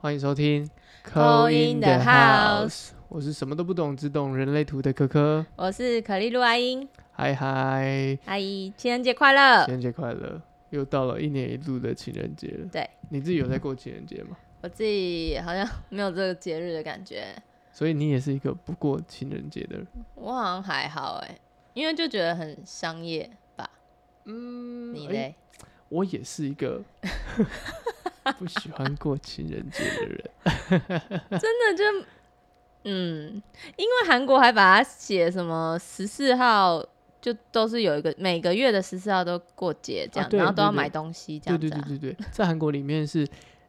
欢迎收听 Call in the house 我是什么都不懂，只懂人类图的可可。我是可丽露阿英嗨嗨，阿姨，情人节快乐情！人节快乐！又到了一年一度的情人节了。对，你自己有在过情人节吗？我自己好像没有这个节日的感觉，所以你也是一个不过情人节的人。我好像还好哎、因为就觉得很商业吧。嗯你哎嘞？我也是一 个不喜欢过情人节的人。真的就嗯，因为韩国还把它写什么十四号，就都是有一个每个月的十四号都过节这样，啊对然后都要对对买东西 这对对样子、啊。对对对，在韩国里面是。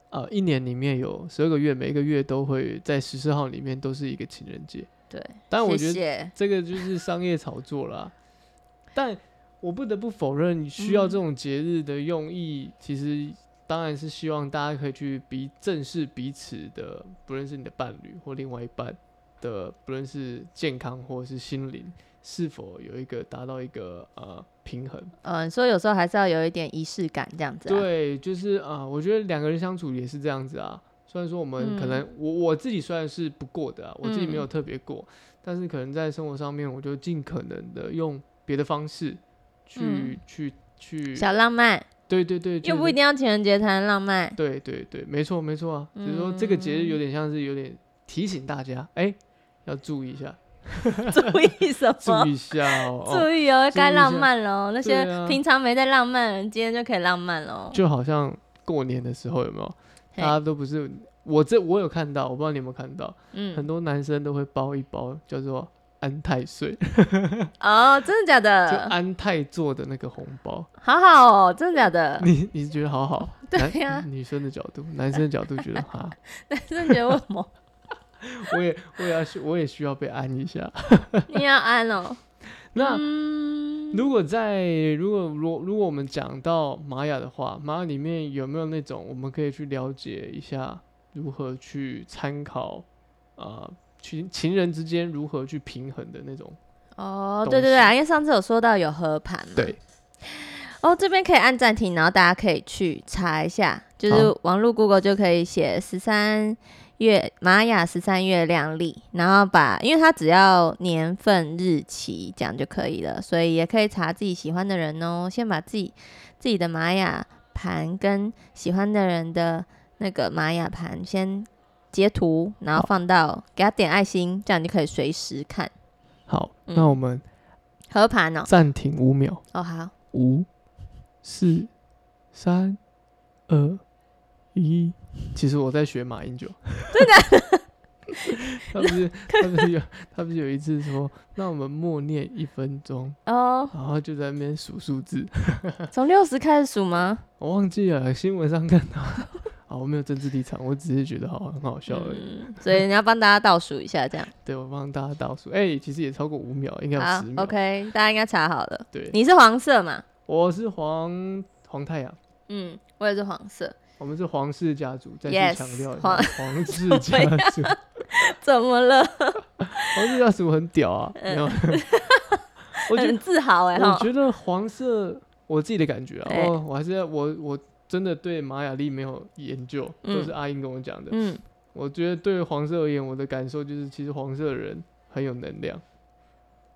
呃，一年里面有十二个月，每一个月都会在十四号里面都是一个情人节。对但我谢觉得谢这个就是商业炒作啦。 但我不得不否认，需要这种节日的用意，其实当然是希望大家可以去彼正视彼此的，不论是你的伴侣或另外一半的，不论是健康或是心灵，是否有一个达到一个呃平衡。嗯，所以有时候还是要有一点仪式感这样子、啊。对，就是啊、呃我觉得两个人相处也是这样子啊。虽然说我们可能、嗯我我自己虽然是不过的、啊，我自己没有特别过，但是可能在生活上面，我就尽可能的用别的方式去、嗯去去，小浪漫，对对对，又就不是一定要情人节才能浪 漫。对对对，没错没错啊，只是说这个节日嗯有点像是有点提醒大家，哎、要注意一下，注意什注么？意一下哦，哦 注意哦，注意一下该浪漫喽。那些对啊平常没在浪漫的人，今天就可以浪漫喽。就啊好像过年的时候有没有，大嘿家都不是我这我有看到，我不知道你有没有看到。很嗯，多男生都会包一包叫做安泰税，哦，真的假就啊的？安泰做的那个红包。好好哦，真的 假的？你你觉得好好？ 对啊男呀女生的角度，男生的角度觉得 哈，真的觉得为什么？我也我也要需我也需要被安一下。嗯你要安哦。 那嗯，如果在如果如如果我们讲到玛雅的话，玛雅里面有没有那种我们可以去了解一下如何去参考啊、呃情情人之间如何去平衡的那种？哦，东对西对对啊，因为上次有说到有合盘嘛。对。哦，这边可以按暂停，然后大家可以去查一下，就是好网络 Google 就可以写十三月玛雅十三月亮历，然后把，因为它只要年份、日期这样就可以了，所以也可以查自己喜欢的人哦。先把自己自己的玛雅盘跟喜欢的人的那个玛雅盘先截图，然后好放到给他点爱心，这样你就可以随时看好，嗯那我们合盘哦。暂停五秒。哦，好，五、四、三、二、一。其实我在学马英九， 真的。他不是，他不是有，他不是有一次说，让我们默念一分 钟，哦，然后就在那边数数字，从六十开始数吗？ 我忘记了，新闻上看到。 啊，我没有政治立场，我只是觉得好很好笑而已。嗯，所以你要帮大家倒数一下，这 样。对，我帮大家倒数，哎、其实也超过五秒，应该有好十秒。 ，OK，大家应该查好了。对，你是黄色嘛？我是黄黄太阳，嗯，我也是黄色。我们是皇室家族，再次 Yes，强调一下皇皇室家族。 怎么了？黄色家族很屌啊！没有， 我觉 嗯得很自豪哎我哈。觉得黄色，我自己的感觉啊，哎哦，我还是要我我真的对玛雅历没有研究，嗯都是阿英跟我讲的。嗯，我觉得对黄色而言，我的感受就是，其实黄色的人很有能量，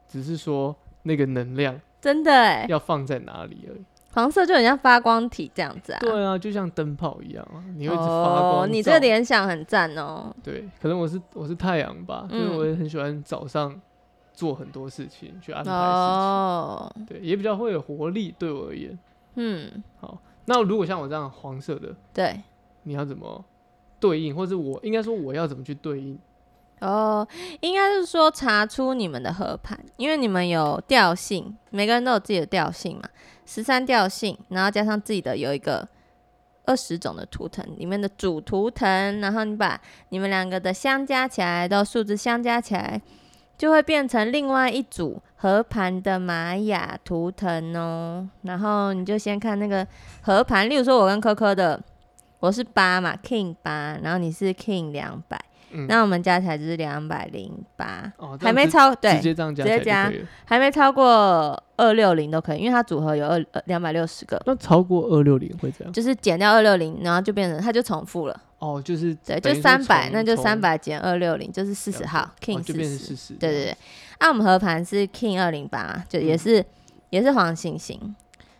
只是说那个能量真的哎，要放在哪里而已。黄色就很像发光体这样子啊。对啊，就像灯泡一样啊，你会一直发光。哦，你这个联想很赞哦。对，可能我是我是太阳吧，所以嗯我也很喜欢早上做很多事情，去安排事情。哦，对，也比较会有活力。对我而言，嗯，那如果像我这样黄色的，对。你要怎么对应，或者我应该说我要怎么去对应？哦，应该是说查出你们的合盘，因为你们有调性，每个人都有自己的调性嘛，十三调性，然后加上自己的有一个二十种的图腾里面的主图腾，然后你把你们两个的相加起来，到数字相加起来，就会变成另外一组合盘的玛雅图腾哦。然后你就先看那个合盘，例如说我跟科科的，我是八嘛，King 八，然后你是 King 两百。嗯，那我们加起来就是两百零八，哦，这还样没直超直对，接这样加直起接来就可以了。还没超过二六零都可以，因为它组合有二两百六十个，那超过二六零会怎样？就是减掉二六零，然后就变成它就重复了，哦，就是对，等就于说三百，从那就从三百减二六零，就是四十号哦，King 就四变成十、四十，对对对，啊，我们合盘是 King 二零八，就也嗯是、也是黄星星，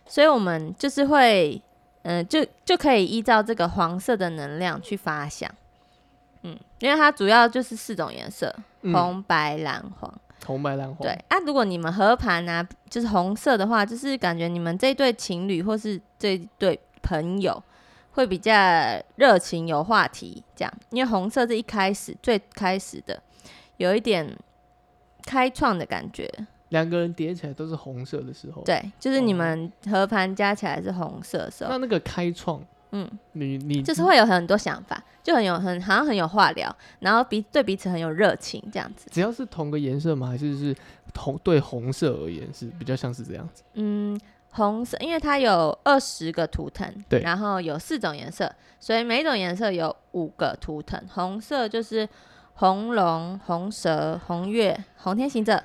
所以我们就是会，嗯、就就可以依照这个黄色的能量去发想，嗯，因为它主要就是四种颜色，嗯红、白、蓝、黄。红白蓝黄，对，啊，如果你们合盘啊，就是红色的话，就是感觉你们这对情侣或是这对朋友会比较热情，有话题这样，因为红色是一开始最开始的，有一点开创的感觉。两个人叠起来都是红色的时候，，对，就是你哦们合盘加起来是红色的时候那，那个开创，嗯，你你就是会有很多想法，就很有很好像很有话聊，然后彼对彼此很有热情这样子。只要是同个颜色吗？还是是同对红色而言是比较像是这样子？嗯，红色，因为它有二十个图腾，对然后有四种颜色，所以每一种颜色有五个图腾。红色就是红龙、红蛇、红月、红天行者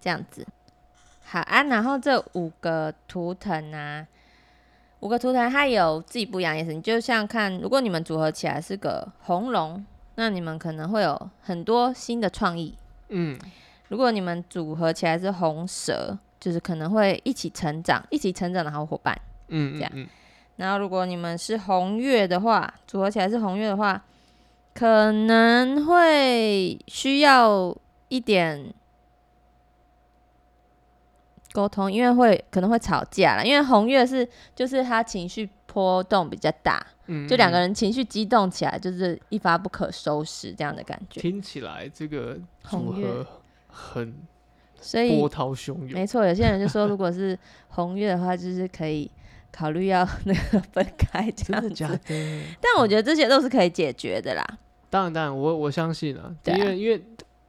这样子。好啊，然后这五个图腾啊，五个图腾它有自己不一样的颜色。你就像看，如果你们组合起来是个红龙，那你们可能会有很多新的创意。嗯，如果你们组合起来是红蛇，就是可能会一起成长，一起成长的好伙伴。嗯这样嗯然后如果你们是红月的话，组合起来是红月的话，可能会需要一点沟通，因为会可能会吵架啦。因为红月是就是他情绪波动比较大，嗯，就两个人人情绪激动起来，就是一发不可收拾这样的感觉。听起来这个组红月合很所以波涛汹涌没，错，有些人就说，如果是红月的话，就是可以考虑要 那个分开这真样的子。假的？但我觉得这些都是可以解决的啦。当然，当然，我我相信啊，对啊因为因为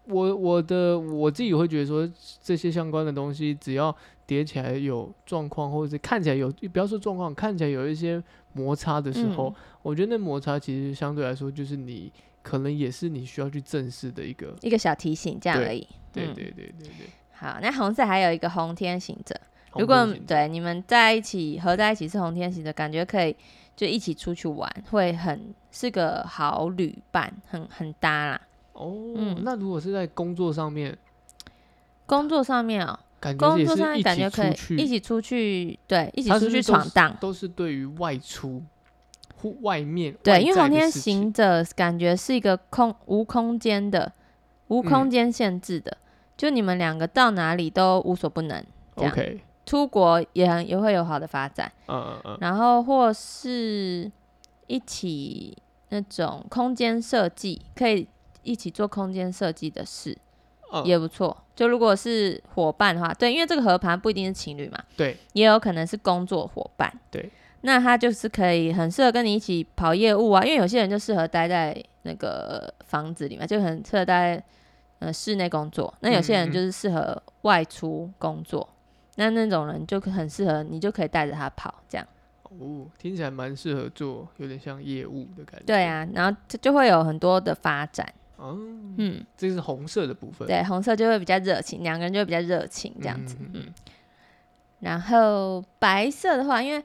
我我的我自己会觉得说，这些相关的东西只要叠起来有状况，或者是看起来有，不要说状况，看起来有一些摩擦的时候，嗯我觉得那摩擦其实相对来说就是你可能也是你需要去正视的一个，一个小提醒这样对而已。对嗯对对对对。好，那红色还有一个红天行者，红如果灯行者，对你们在一起合在一起是红天行者，感觉可以就一起出去玩，会很是个好旅伴，很很搭啦。哦，嗯那如果是在工作上面，工作上面哦、感觉工也作上是面一感觉起可以出去，一起出去，对，一起他是出不去是都闯是荡。都是对于外出、户外面对，外因为在红的天事情行者感觉是一个空无空间的、无空间限制的，就你们两个到哪里都无所不能。这样 OK，出国也很也会有好的发展，嗯嗯嗯，然后或是一起那种空间设计，可以一起做空间设计的事、嗯也不错。就如果是伙伴的话，对，因为这个合盘不一定是情侣嘛，对，也有可能是工作伙伴。对，那他就是可以很适合跟你一起跑业务啊，因为有些人就适合待在那个房子里面，就很适合待在呃室内工作。那有些嗯嗯人嗯就是适合外出工作，那那种人就很适合你，就可以带着他跑这样。哦，听起来蛮适合做，有点像业务的感觉。对，啊，然后就就会有很多的发展。嗯，嗯，这是红色的部分，对，红色就会比较热情，两个人就会比较热情嗯，这样子。嗯嗯然后白色的话，因为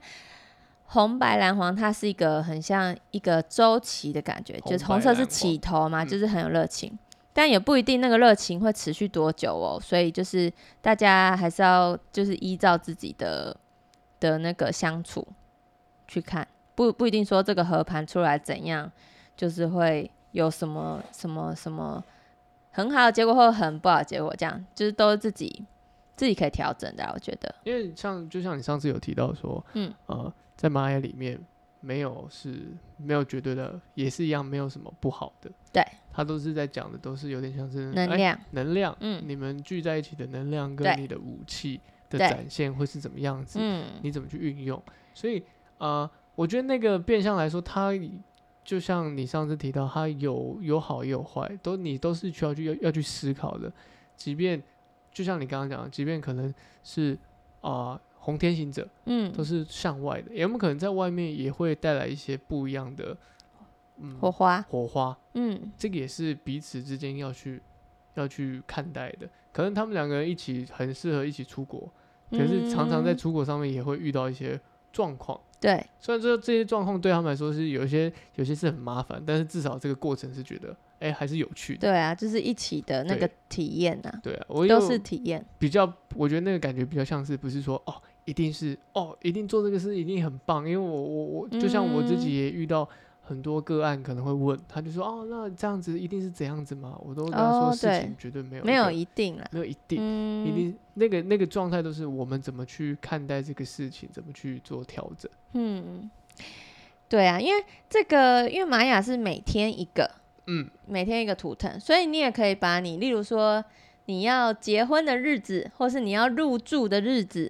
红白蓝黄它是一个很像一个周期的感觉，红就是红色白蓝是起头嘛，黄嗯就是很有热情，但也不一定那个热情会持续多久哦，所以就是大家还是要就是依照自己的的那个相处去看，不不一定说这个合盘出来怎样，就是会有什么什么什么很好的结果或很不好的结果，这样就是都是自己自己可以调整的啊，我觉得。因为像就像你上次有提到说，嗯，呃，在玛雅里面没有是没有绝对的，也是一样，没有什么不好的。对，他都是在讲的都是有点像是能哎量，能量，嗯你们聚在一起的能量对跟你的武器的对展现会是怎么样子？嗯，你怎么去运用？所以呃，我觉得那个变相来说，它就像你上次提到，它有有好也有坏，都你都是需要去要要去思考的。即便就像你刚刚讲的，即便可能是啊、呃红天行者嗯都，是向外的，也有没有可能在外面也会带来一些不一样的嗯火花，火花？嗯，这个也是彼此之间要去要去看待的。可能他们两个人一起很适合一起出国，可是常常在嗯出国上面也会遇到一些状况，对，虽然说这些状况对他们来说是有一些有些是很麻烦，但是至少这个过程是觉得哎、还是有趣的。对啊，就是一起的那个对体验啊，对啊，我有都是体验。比较，我觉得那个感觉比较像是不是说哦，一定是哦，一定做这个事一定很棒，因为我我我就像我自嗯己也遇到很多个案可能会问，他就说哦，那这样子一定是怎样子吗？我都跟他说哦事情对绝对没有没个有一定啦，没有一定。嗯，一定那个那个状态都是我们怎么去看待这个事情，怎么去做调整。嗯，对啊，因为这个，因为玛雅是每天一个，嗯，每天一个图腾，所以你也可以把你，例如说你要结婚的日子，或是你要入住的日子，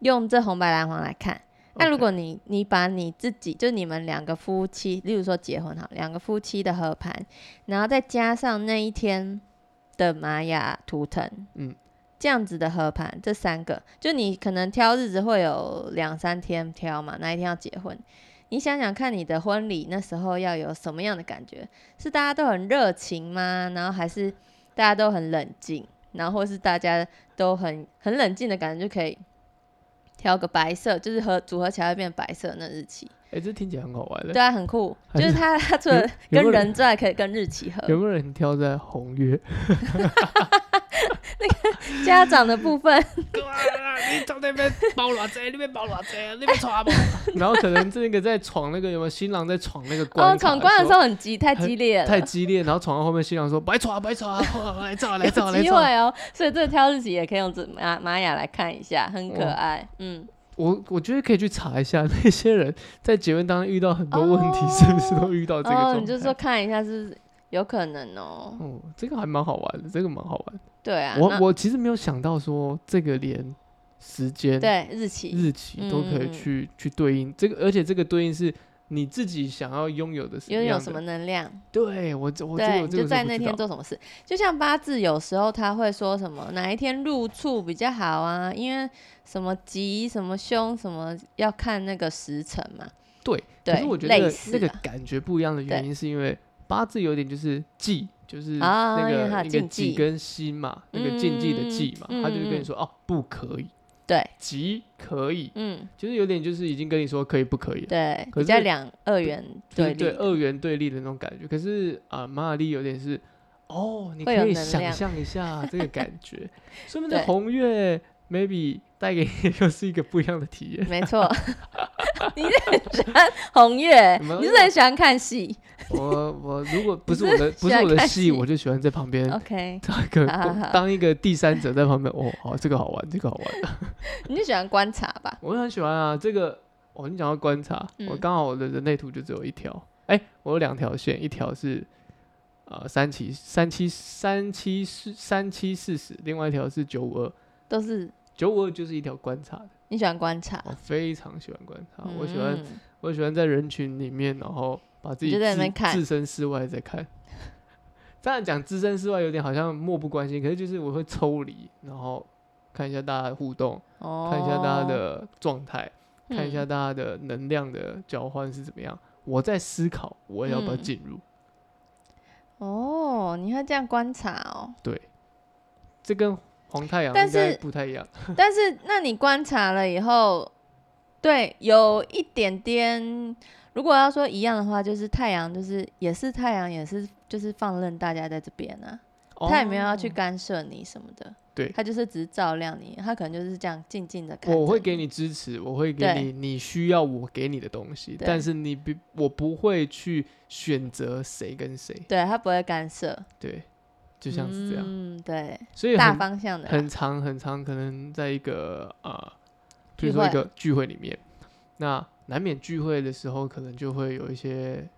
用这红白蓝黄来看。那 OK 如果你你把你自己，就你们两个夫妻，例如说结婚好，两个夫妻的合盘，然后再加上那一天的玛雅图腾，嗯，这样子的合盘，这三个，就你可能挑日子会有两三天挑嘛，那一天要结婚，你想想看，你的婚礼那时候要有什么样的感觉？是大家都很热情吗？然后还是大家都很冷静，然后或是大家都很很冷静的感觉，就可以挑个白色，就是合组合起来会变白色的那日期，哎、这听起来很好玩的。对啊，很酷。还就是是它它除了有没跟有人之外，可以跟日期合。有没有人挑在红月？家长的 部分，你从那边包偌济，那边包偌济，那边闯包。然后可能这个在闯那个有没有新郎在闯那个关哦，卡闯关的时候候很急，太激烈太了。激烈，然后闯到后面新郎说白闯啊白闯啊，哇来照来照有来机照。会哦，所以这个挑日期也可以用这玛玛雅来看一下，很可哇爱。嗯，我我觉得可以去查一下那些人在结婚当中遇到很多问题，是不是都遇到这个状哦，态？你就说看一下是不是有可能哦？哦，这个还蛮好玩的，这个蛮好玩。对啊，那我我其实没有想到说这个连时间对日期，日期都可嗯嗯以嗯去、去对应这个，而且这个对应是你自己想要拥有的什么拥有样什的么能量？对我这我这对，我你这个就在是不那知天道做什么事。就像八字，有时候他会说什么哪一天入处比较好啊，因为什么吉、什么凶、什么要看那个时辰嘛。对，可对是我觉，得那类个似那个啊感觉不一样的原对因，是因为八字有点就是忌，就是啊那因为个、那它有个禁己忌跟心嘛，那个禁忌的忌嘛，嗯他就是跟嗯你说哦不可以，对，吉可以，嗯，就是有点就是已经跟你说可以不可以了，对，可比较是两二元就对是立对的，二元对立的那种感觉。可是啊，马尔利有点是哦，你会可有以能想量象一下这个感 觉，说明这对红月 maybe 带给你又是一个不一样的体验。没错。 你是很喜欢红月，没有你是很喜欢看戏。 我我如果不 你是是我的不喜是欢我的看戏，戏我就喜欢在旁边 OK，当一个哦好好好当一个第三者在旁边，哦，好，这个好玩，这个好玩，你就喜欢观察吧？我很喜欢啊。这个，哦，你讲到观察，嗯我刚好我的人类图就只有一条，哎、我有两条线，一条是呃三七三七三七四三七四十，另外一条是九五二，都是九五二就是一条观察的，你喜欢观察。我非常喜欢观察，哦我喜欢嗯我喜欢在人群里面，然后把自己你就在那边置看置身事外在看。 当然讲置身事外有点好像漠不关心，可是就是我会抽离，然后看一下大家的互动，哦，看一下大家的状态，看一下嗯大家的能量的交换是怎么样。我在思考我要不要嗯进入，哦，你会这样观察哦。这跟黄太阳但应该是不太一样。但是，那你观察了以后，对，有一点点。如果要说一样的话，就是太阳，就是也是太阳，也是就是放任大家在这边啊，他也没有要去哦干涉你什么的。对他就是只是照亮你，他可能就是这样静静的看。我会给，你支持，我会给对你你需要我给你的东西，对但是你不我不会去选择谁跟谁。对他不会干涉，对，就像是这样，嗯，对，所以大很方向的啦，很长很长，可能在一个呃，比如聚说一会个聚会里面，那难免聚会的时候，可能就会有一些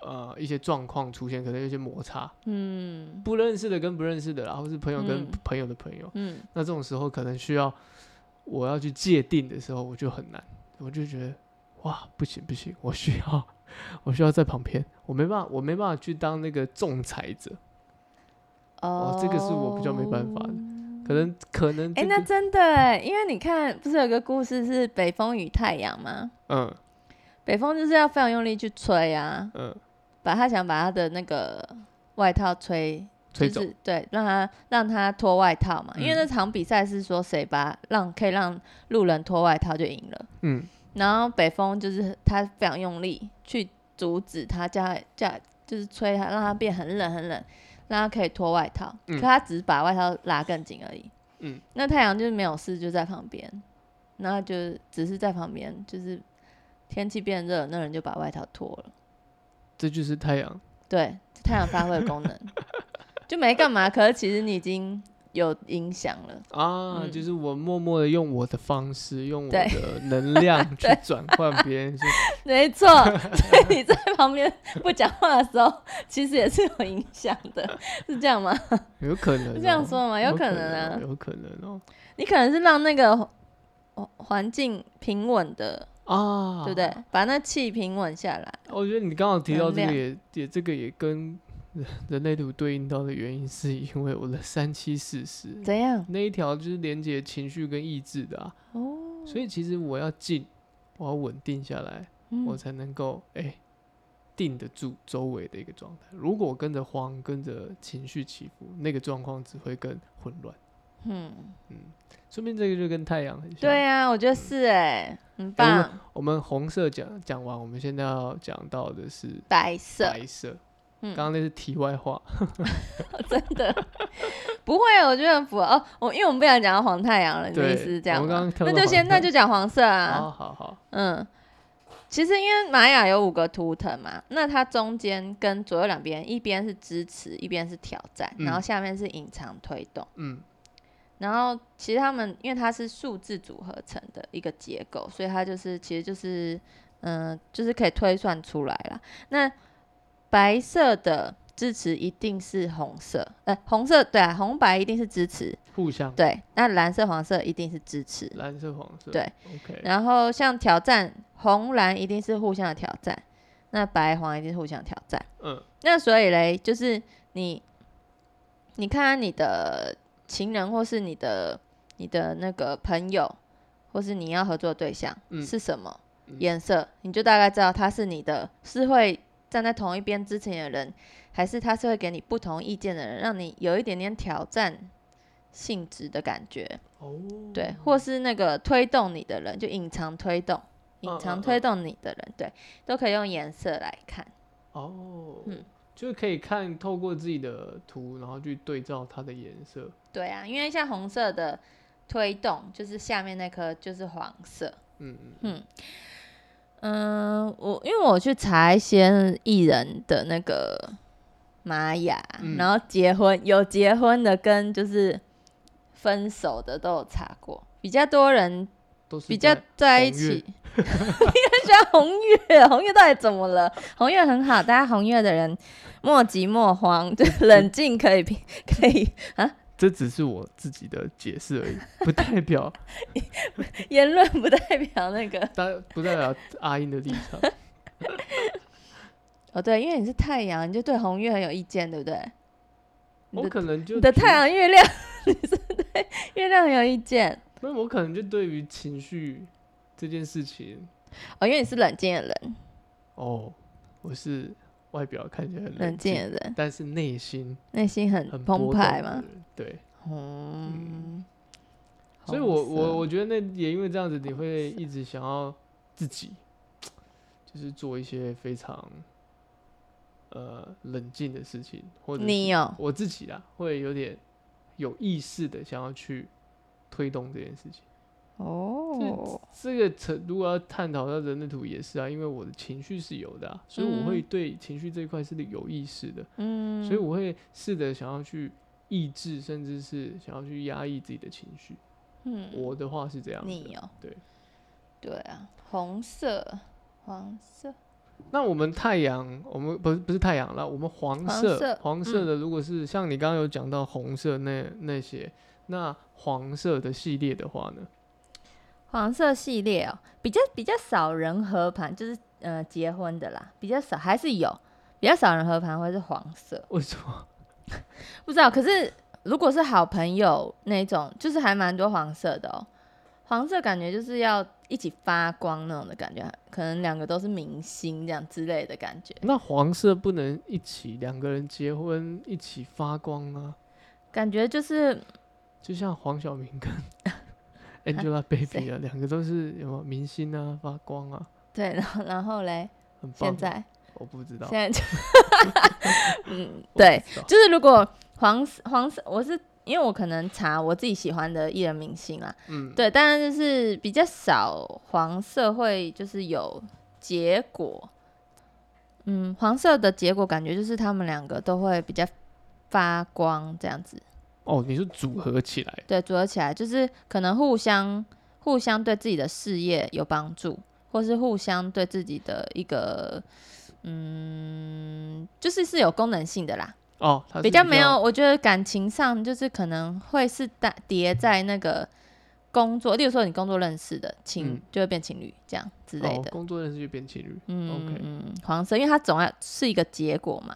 呃一些状况出现，可能有一些摩擦，嗯不认识的跟不认识的啦，然后是朋友跟嗯朋友的朋友，嗯，那这种时候可能需要我要去界定的时候，我就很难，我就觉得哇，不行不行，我需要 我需要在旁边，我没办法，我没办法去当那个仲裁者，哦哦，这个是我比较没办法的可能可能这哎、哦那个真的哎，因为你看，不是有个故事是北风与太阳吗？嗯北风就是要非常用力去吹啊，嗯把他想把他的那个外套吹，吹就走，是对，让他让他脱外套嘛，因为嗯那场比赛是说谁把让可以让路人脱外套就赢了。嗯然后北风就是他非常用力去阻止他，叫他叫他就是吹他，让他变很冷很冷，让他可以脱外套。嗯可他只是把外套拉更紧而已。嗯，那太阳就是没有事，就在旁边，然后就只是在旁边，就是天气变热，那人就把外套脱了。这就是太阳。对，太阳发挥的 功能就没干嘛，可是其实你已经有影响了。啊，嗯就是我默默的用我的方式，用我对的能量 去转换别人，说没错，所以你在旁边不讲话的时候，其实也是有影响的，是这样吗？有可能、哦、是这样说吗有有可能能啊哦有可能哦你可能是让那个环环境平稳的，啊，对不对？？把那气平稳下来。我觉得你刚好提到这能个量也也这个也跟人人类图对应到的原因，是因为我的三七四十怎样？那一条就是连接情绪跟意志的啊，哦，所以其实我要静，我要稳定下来，我嗯，才能够哎、定得住周围的一个状态。如果跟着慌，跟着情绪起伏，那个状况只会更混乱。嗯说明这个就跟太阳很像。对啊呀、我觉得是哎、很哎棒。我们红色讲讲完，我们现在要讲到的是白色，白色。嗯刚刚那是题外话，真的不会，我觉得很符合哦。我因为我们不想讲到黄太阳了，你的对意思是这样我们刚吗刚？跳到那就黄先太那阳就讲黄色啊。哦好好好，嗯，其实因为玛雅有五个图腾嘛，那它中间跟左右两边，一边是支持，一边是挑战，嗯然后下面是隐藏推动。嗯然后其实他们因为它是数字组合成的一个结构，所以它就是其实就是嗯、就是可以推算出来啦。那白色的支持一定是红色，呃，红色对啊，红白一定是支持，互相对，那蓝色黄色一定是支持，蓝色黄色，对，OK，然后像挑战，红蓝一定是互相的挑战，那白黄一定是互相挑战。嗯那所以嘞，就是你，你看啊看你的情人或是你的你的那个朋友，或是你要合作的对象、嗯是什么嗯颜色，你就大概知道他是你的，是会站在同一边支持你的人，还是他是会给你不同意见的人，让你有一点点挑战性质的感觉。哦，对，或是那个推动你的人，就隐藏推动、嗯隐嗯藏嗯推动你的人，对，都可以用颜色来看。哦，嗯就是可以看透过自己的图，然后去对照它的颜色，对啊，因为像红色的推动，就是下面那颗就是黄色。嗯嗯嗯，我因为我去查一些艺人的那个玛雅，嗯然后结婚有结婚的跟就是分手的都有查过，比较多人都是比较在在一红月起。 你很喜欢红月，红月到底怎么了？红月很好，大家红月的人莫急莫慌，就是冷静可以 平可以这只是我自己的解释而已，不代表言论不代表那个当不代表阿英的立场。哦，对，因为你是太阳，你就对红月很有意见，对不对？ 你我的哦可能就你的觉太阳月亮， 你是对月亮很有意见没有，我可能就对于情绪这件事情，哦，因为你是冷静的人，哦，我是外表看起来很冷冷静静，的人，但是内心内心很很澎波湃动的嘛。人对，嗯，所以我红色我我觉得那也因为这样子，你会一直想要自己，就是做一些非常呃冷静的事情，或者是你哦，我自己啦，会有点有意识的想要去推动这件事情。哦，这个层如果要探讨到人类图也是啊，因为我的情绪是有的、啊，所以我会对情绪这一块是有意识的，嗯，所以我会试着想要去抑制，甚至是想要去压抑自己的情绪。嗯我的话是这样你的。哦，对，对啊，红色、黄色，那我们太阳，我们不是不是太阳啦，我们黄黄色色嗯黄色的，如果是像你刚刚有讲到红色那那些，那黄色的系列的话呢？黄色系列哦，比较比较少人合盘，就是呃结婚的啦，比较少，还是有比较少人合盘会是黄色，为什么？不知道。可是如果是好朋友那种，就是还蛮多黄色的哦。黄色感觉就是要一起发光那种的感觉，可能两个都是明星这样之类的感觉，那黄色不能一起两个人结婚一起发光啊？感觉就是 就像黄晓明跟，哎、 Angelababy 啊，两个都是有没有明星啊，发光啊，对，然后然后嘞，很棒。现在我不知道现，在就， 我嗯，不对，知道，就是如果黄色黄色，我是因为我可能查我自己喜欢的艺人明星啦，嗯，对，当然就是比较少黄色会就是有结果，嗯，黄色的结果感觉就是他们两个都会比较发光这样子，哦，你是组合起来，对，组合起来就是可能互相互相对自己的事业有帮助，或是互相对自己的一个。嗯，就是是有功能性的啦，哦，它是比较没有，我觉得感情上就是可能会是搭叠在那个工作，例如说你工作认识的情、嗯就会变情侣这样之比较类哦的。工作认识就变情侣，嗯 OK 嗯，黄色，因为它总要是一个结果嘛。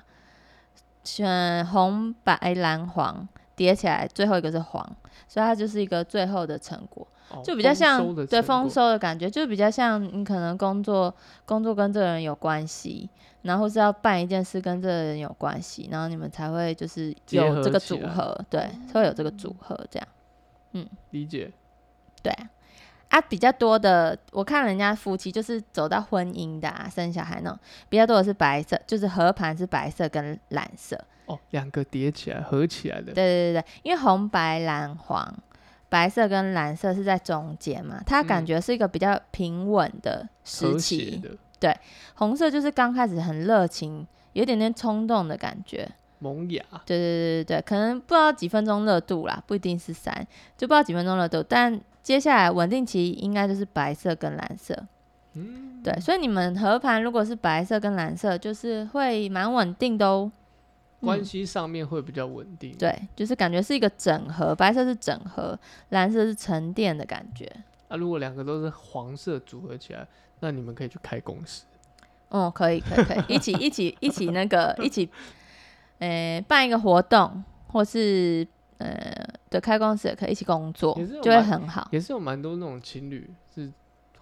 选红、白、蓝、黄叠起来，最后一个是黄，所以它就是一个最后的成果，哦就比较像收的对成果丰收的感觉，就比较像你可能工作工作跟这个人有关系，然后是要办一件事跟这个人有关系，然后你们才会就是结有合这个起组来合，对，才会有这个组合这样，理解对啊。啊，比较多的，我看人家夫妻就是走到婚姻的啊，生小孩那种，比较多的是白色，就是合盘是白色跟蓝色，哦，两个叠起来合起来的，对对对对，因为红白蓝黄，白色跟蓝色是在中间嘛，它感嗯觉是一个比较平稳的时和谐期，的红色就是刚开始很热情，有一点点冲动的感觉。萌芽，对对对对对，可能不知道几分钟热度啦，不一定是三，就不知道几分钟热度。但接下来稳定期应该就是白色跟蓝色。嗯，对，所以你们合盘如果是白色跟蓝色，就是会蛮稳定的哦。关系上面会比较稳定，对，就是感觉是一个整合，白色是整合，蓝色是沉淀的感觉。那、如果两个都是黄色组合起来，那你们可以去开公司。嗯，可以，可以，可以，一起，一起，一起那个，一起，呃，办一个活动，或是呃，对，开公司也可以一起工作也是，有就会蛮很好。也是有蛮多那种情侣是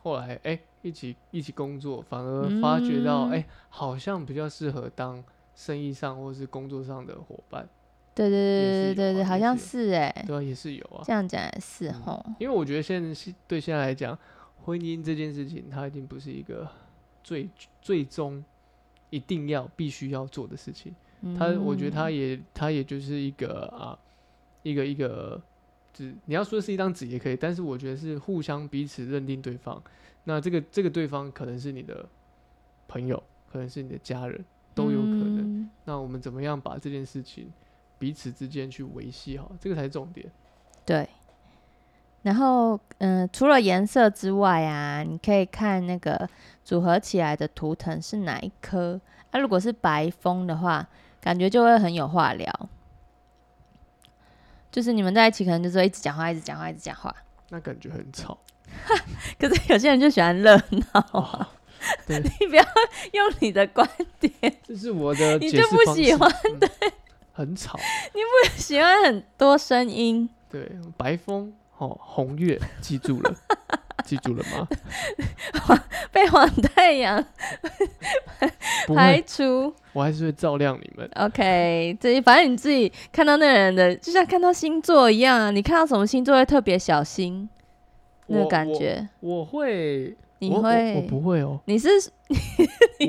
后来哎、一起一起工作，反而发觉到嗯哎、好像比较适合当生意上或是工作上的伙伴，对也是对对对对有对，啊好也像是是哎、对啊，也是有啊。这样讲也是嗯吼。因为我觉得现在是对现在来讲，婚姻这件事情它已经不是一个最最终一定要必须要做的事情，它我觉得它嗯也它也就是一个啊一个一个纸，你要说是一张纸也可以，但是我觉得是互相彼此认定对方。那这个这个对方可能是你的朋友，可能是你的家人，都有可能。嗯那我们怎么样把这件事情彼此之间去维系好，这个才是重点。对。然后，嗯、除了颜色之外啊，你可以看那个组合起来的图腾是哪一颗。啊，如果是白风的话，感觉就会很有话聊。就是你们在一起，可能就是会一直讲话，一直讲话，一直讲话。那感觉很 吵。可是有些人就喜欢热闹 哦，啊，你不要用你的观点，这是我的 你解就释不方喜式欢嗯很吵。喜欢很多声音。对，白风哦，红月，记住 了，记住了吗？被黄太阳不排会，除。我还是会照亮你们。 OK，这反正你自己看到那个人的，就像看到星座一样啊，你看到什么星座会特别小心那个我感我觉，我会，你我会我我不会 哦，你是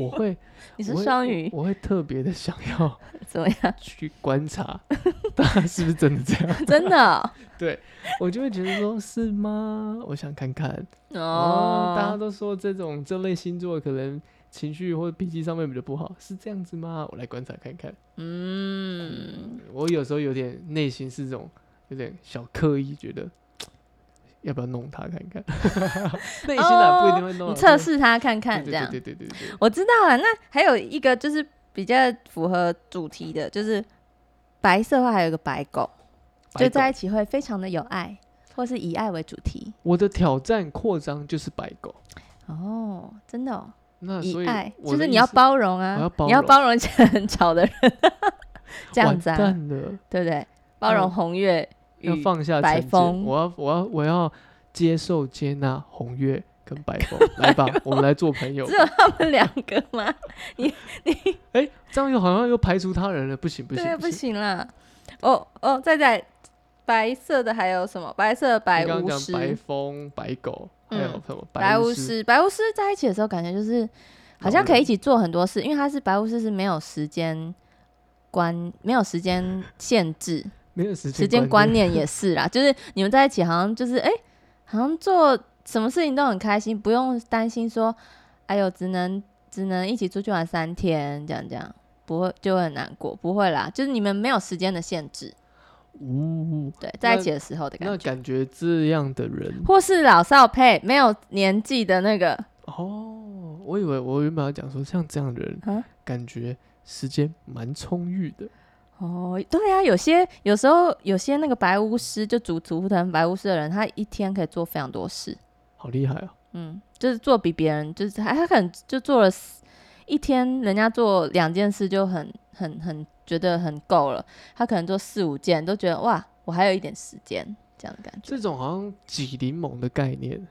我会，你是我会双鱼我，我会特别的想 要怎么样？去观 察，他是不是真的这样，真的哦我就会觉得说，是吗？我想看看。 哦，大家哦，都说这种这类星座可能情绪或脾气上面比较不好，是这样子吗？我来观察看看。嗯，我有时候有点内心是这种有点小刻意，觉得要不要弄他看 看？内心啊，不一定会弄啊。你哦测不一定试他看看对这对样对。对对对对。我知道了，那还有一个就是比较符合主题的，就是白色的话还有一个白狗，白就狗在一起会非常的有爱，或是以爱为主题。我的挑战扩张就是白狗，哦，真的哦。那所以以爱，我就的是你意要思包容啊，我要包你要容包容一些很 吵的人，这样完子啊，蛋了，对不对？包容红月与要 放下白成见风我要我要我要接受接纳红月跟白 风，来吧，我们来做朋友只。有他们两个吗？哎、这样又好像又排除他人了，不行不行啊对，不不行，行啦。哦哦，再再白色的还有什么？白色的白你刚巫刚师讲、白风、白狗，还有嗯什么白巫巫？师、白巫师在一起的时候，感觉就是好像可以一起做很多事，因为他是白巫师是没有时间观、没有时间限制，没有时时间观念，念也是啦，就是你们在一起好像就是哎、诶好像做什么事情都很开心，不用担心说，哎呦，只能只能一起出去玩三天，这样这样，不会就会很难过，不会啦，就是你们没有时间的限制，呜，对，在一起的时候的那感觉，感觉这样的人或是老少配，没有年纪的那个，哦，我以为我原本要讲说像这样的人，啊感觉时间蛮充裕的，哦，对啊，有些有时候有些那个白巫师就主主藤白巫师的人，他一天可以做非常多事，好厉害哦。嗯，就是做比别人，就是他他可能就做了四一天，人家做两件事就很很很觉得很够了，他可能做四五件都觉得哇，我还有一点时间这样的感觉，这种好像挤柠檬的概念，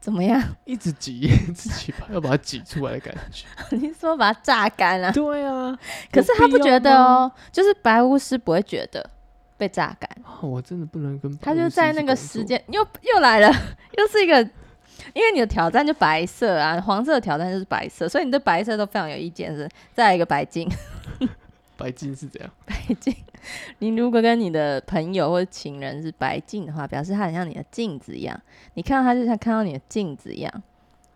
怎么样？ 一直挤，一直挤吧，要把它挤出来的感觉。你说把它榨干啊？对啊，可有是他必不要觉得吗哦，就是白巫师不会觉得被榨干，啊我真的不能跟哦他白就巫师在一起那个工时作，间又又来了， 又是一个，因为你的挑战就白色啊，黄色的挑战就是白色，所以你对白色都非常有意见是？再来一个白金。白金是怎样？白净。你如果跟你的朋友或者情人是白净的话，表示他很像你的镜子一样，你看到他就像看到你的镜子一样。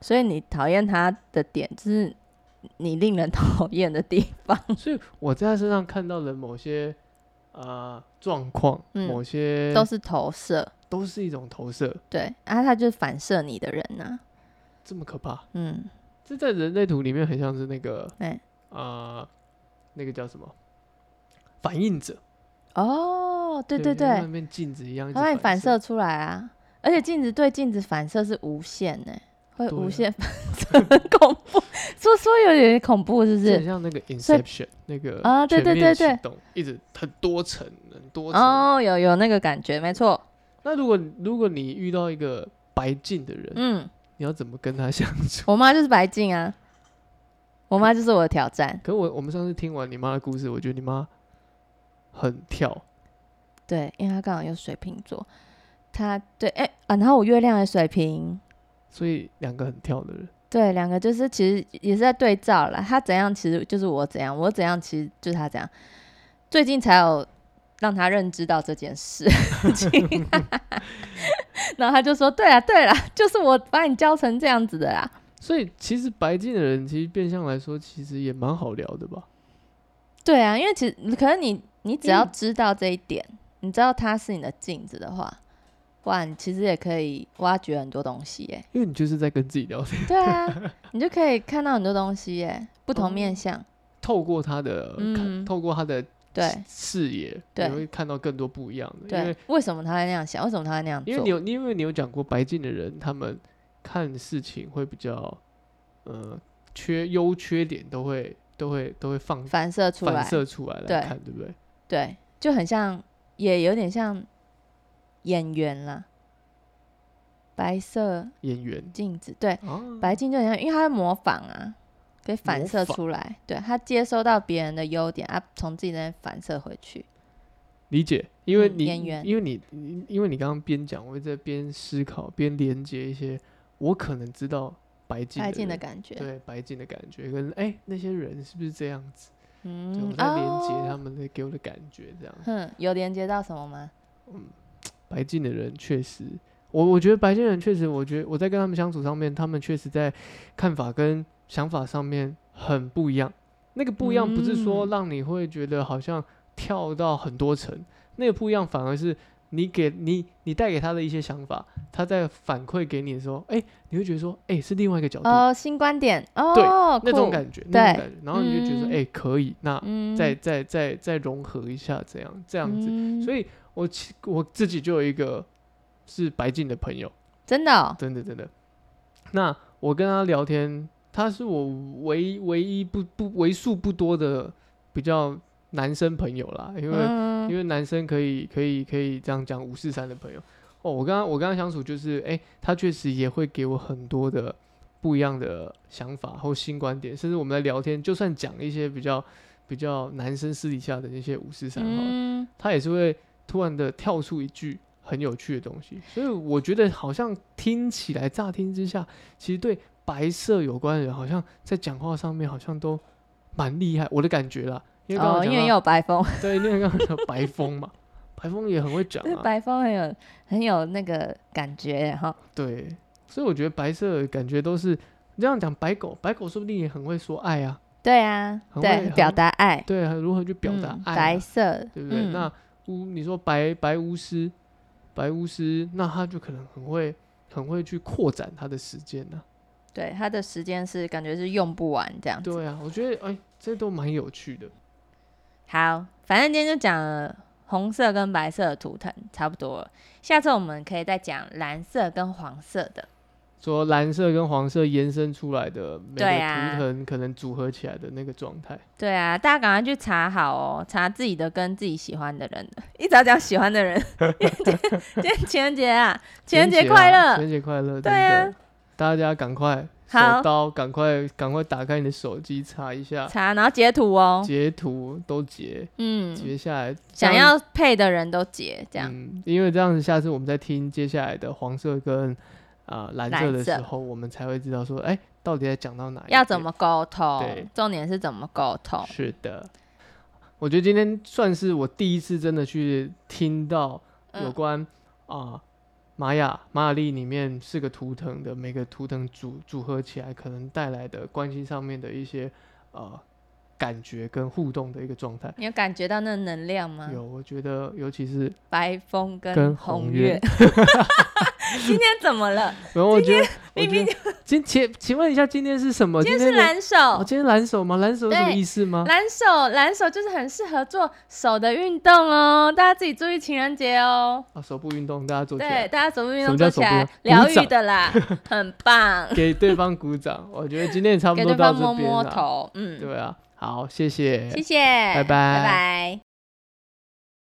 所以你讨厌他的点，就是你令人讨厌的地方。所以我在他身上看到的某些呃状况，嗯某些都是投射，都是一种投射，对，啊，他就是反射你的人呐、这么可怕。嗯，这在人类图里面很像是那个对，呃，那个叫什么反应者？哦，对对就像对那，面镜子一样，一直他让你反射射出来啊，而且镜子对镜子反射是无限呢、会对无啊限反射，很恐怖。说说有点恐怖，是不这是很？像那个所以 Inception 那个啊对全对面对对启动，一直很多层，很多层。哦，有有那个感觉，没错。那如果如果你遇到一个白净的人，嗯，你要怎么跟他相处？ 我妈就是白净啊，我妈就是我的挑战。可我我们上次听完你妈的故事，我觉得你妈很跳，对，因为她刚好有水瓶座，她对哎、啊，然后我月亮也水瓶，所以两个很跳的人，对，两个就是其实也是在对照啦。她怎样，其实就是我怎样；我怎样，其实就是她怎样。最近才有让她认知到这件事情，然后她就说：“对啦，对啦，就是我把你教成这样子的啦。”所以其实白净的人其实变相来说，其实也蛮好聊的吧？对啊，因为其实可能你你只要嗯知道这一点，你知道它是你的镜子的话，哇，你其实也可以挖掘很多东西 。耶因为你就是在跟自己聊天，对啊，你就可以看到很多东西耶，不同哦面相。透过他的、看嗯透过他的对视野，对你会看到更多不一样的。因为对，为什么他会那样想？为什么他会那样因为你做？有，因为你有讲过白净的人，他们看事情会比较，呃，缺优缺点都会都会都会放反射出反来，射出来对来看，对不对？对，就很像，也有点像演员啦。白色演员镜子，对，啊，白净就很像，因为他会模仿啊，可以反模射仿出来。对他接收到别人的优点，啊，从自己那边反射回去。理解，因为嗯你、演员因为你你因为你刚刚边讲，我在边思考边连接一些我可能知道白净白净的人感觉，对白净的感觉，跟哎、那些人是不是这样子？就嗯我，在连接他哦们的给我的感觉，这样。哼，有连接到什么吗？白净的人确实，我我觉得白净人确实，我觉得我在跟他们相处上面，他们确实在看法跟想法上面很不一样。那个不一样不是说嗯让你会觉得好像跳到很多层，那个不一样反而是你给你你带给他的一些想法，他在反馈给你的时候，哎、你会觉得说，哎、是另外一个角度，哦，新观点对哦，那种酷，感觉，那种对感觉，然后你就觉得说，嗯哎、可以，那嗯，再再再再融合一下，这样这这样子。所以以我其我自己就有一个是白净的朋友，真的哦，真的真的。那我跟他聊天，他是我唯唯一不不为数不多的比较男生朋友啦，因为、嗯因为男生可以可以可以这样讲五四三的朋友。哦，我跟他我跟他相处就是，哎、他确实也会给我很多的不一样的想法或新观点，甚至我们在聊天，就算讲一些比较比较男生私底下的那些五四三好了。嗯，他也是会突然的跳出一句很有趣的东西，所以我觉得好像听起来乍听之下，其实对白色有关的人，好像在讲话上面好像都蛮厉害，我的感觉啦。因为刚哦，刚因讲为也到、有白风，对，因为刚刚讲到白风 嘛，白风也很会讲对，啊， 白风很有很有那个感觉哈。对，所以我觉得白色感觉都是你这样讲，白狗白狗说不定也很会说爱啊，对啊，很会对，很表达爱，对啊，如何去表达嗯爱啊、白色，对不对？嗯那巫你说白白巫师，白巫师，那他就可能很会很会去扩展他的时间呢、嗯对他的时间是感觉是用不完这样子。对啊，我觉得哎，这都蛮有趣的。好，反正今天就讲了红色跟白色的图腾差不多了，下次我们可以再讲蓝色跟黄色的。说蓝色跟黄色延伸出来的每个对啊图腾可能组合起来的那个状态，对啊，大家赶快去查好哦，查自己的跟自己喜欢的人的。一早讲喜欢的人， 因为今天今天情人节啊，情人节啊快乐！情人节快乐，真对啊的，大家赶快手好刀，赶快赶快打开你的手机查一下，查，然后截图哦。啊截图都截嗯，截下来，这想样要配的人都截，这样。嗯，因为这样子，下次我们再听接下来的黄色跟啊、蓝蓝色的时色候，我们才会知道说，哎、到底在讲到哪一要怎点么沟通对？重点是怎么沟通？是的，我觉得今天算是我第一次真的去听到有嗯关啊、玛雅玛雅历里面四个图腾的每个图腾组组合起来，可能带来的关系上面的一些呃感觉跟互动的一个状态。你有感觉到那个能量吗？有，我觉得尤其是，白风跟跟红红月 月。今天怎么了？然后我觉得，我明觉明得今请请问一下，今天是什么？今天的是蓝手，哦，今天蓝手吗？蓝手有什么对意思吗？蓝手，蓝手就是很适合做手的运动哦，大家自己注意情人节哦。啊，手部运动，大家做起对，来，大家手部运什动么做叫起手部来运，动疗鼓愈掌的啦，很 棒。给对方鼓掌。我觉得今天也差不 给多对到方这摸嗯边摸了。头，嗯，对啊，好，谢谢，谢谢，拜拜拜。